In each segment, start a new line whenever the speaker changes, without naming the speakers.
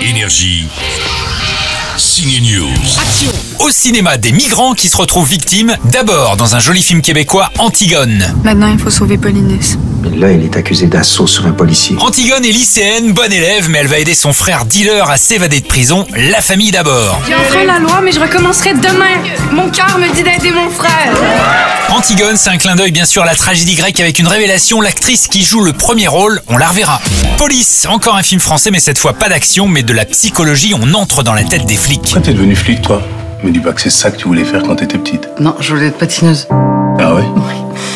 Énergie. Signe News.
Au cinéma, des migrants qui se retrouvent victimes, d'abord dans un joli film québécois, Antigone.
Maintenant, il faut sauver Paulinès.
Là, il est accusé d'assaut sur un policier.
Antigone est lycéenne, bonne élève, mais elle va aider son frère dealer à s'évader de prison, la famille d'abord.
J'ai enfreint la loi, mais je recommencerai demain. Mon cœur me dit d'aider mon frère.
Antigone, c'est un clin d'œil bien sûr à la tragédie grecque avec une révélation, l'actrice qui joue le premier rôle, on la reverra. Police, encore un film français, mais cette fois pas d'action, mais de la psychologie, on entre dans la tête des flics.
Pourquoi t'es devenue flic, toi Me dis pas que c'est ça que tu voulais faire quand t'étais petite.
Non, je voulais être patineuse.
Ah ouais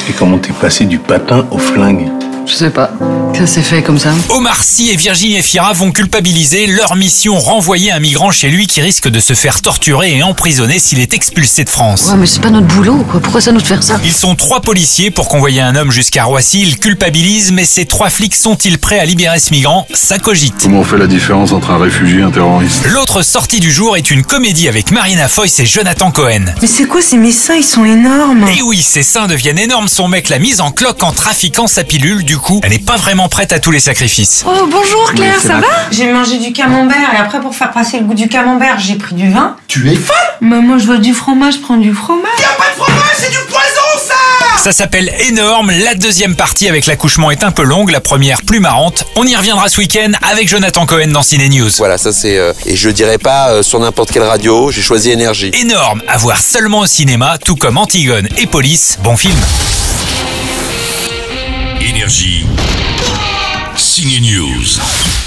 Et comment t'es passé du patin au flingue
Je sais pas. Ça s'est fait comme ça.
Omar Sy et Virginie Efira vont culpabiliser leur mission renvoyer un migrant chez lui qui risque de se faire torturer et emprisonner s'il est expulsé de France.
Ouais, mais c'est pas notre boulot, quoi. Pourquoi ça nous de faire ça
Ils sont trois policiers pour convoyer un homme jusqu'à Roissy. Ils culpabilisent, mais ces trois flics sont-ils prêts à libérer ce migrant Ça cogite.
Comment on fait la différence entre un réfugié et un terroriste
L'autre sortie du jour est une comédie avec Marina Foyce et Jonathan Cohen.
Mais c'est quoi ces messins Ils sont énormes.
Et oui, ses seins deviennent énormes. Son mec la mise en cloque en trafiquant sa pilule. Du coup, elle n'est pas vraiment prête à tous les sacrifices.
Oh, bonjour Claire, ça va
J'ai mangé du camembert et après pour faire passer le goût du camembert, j'ai pris du vin.
Tu es folle
Mais moi je veux du fromage, je prends du fromage.
Ça s'appelle Énorme. La deuxième partie avec l'accouchement est un peu longue. La première plus marrante. On y reviendra ce week-end avec Jonathan Cohen dans Ciné News.
Voilà, ça c'est. euh, et je dirais pas euh, sur n'importe quelle radio, j'ai choisi Énergie.
Énorme à voir seulement au cinéma, tout comme Antigone et Police. Bon film.
Énergie. Signe News.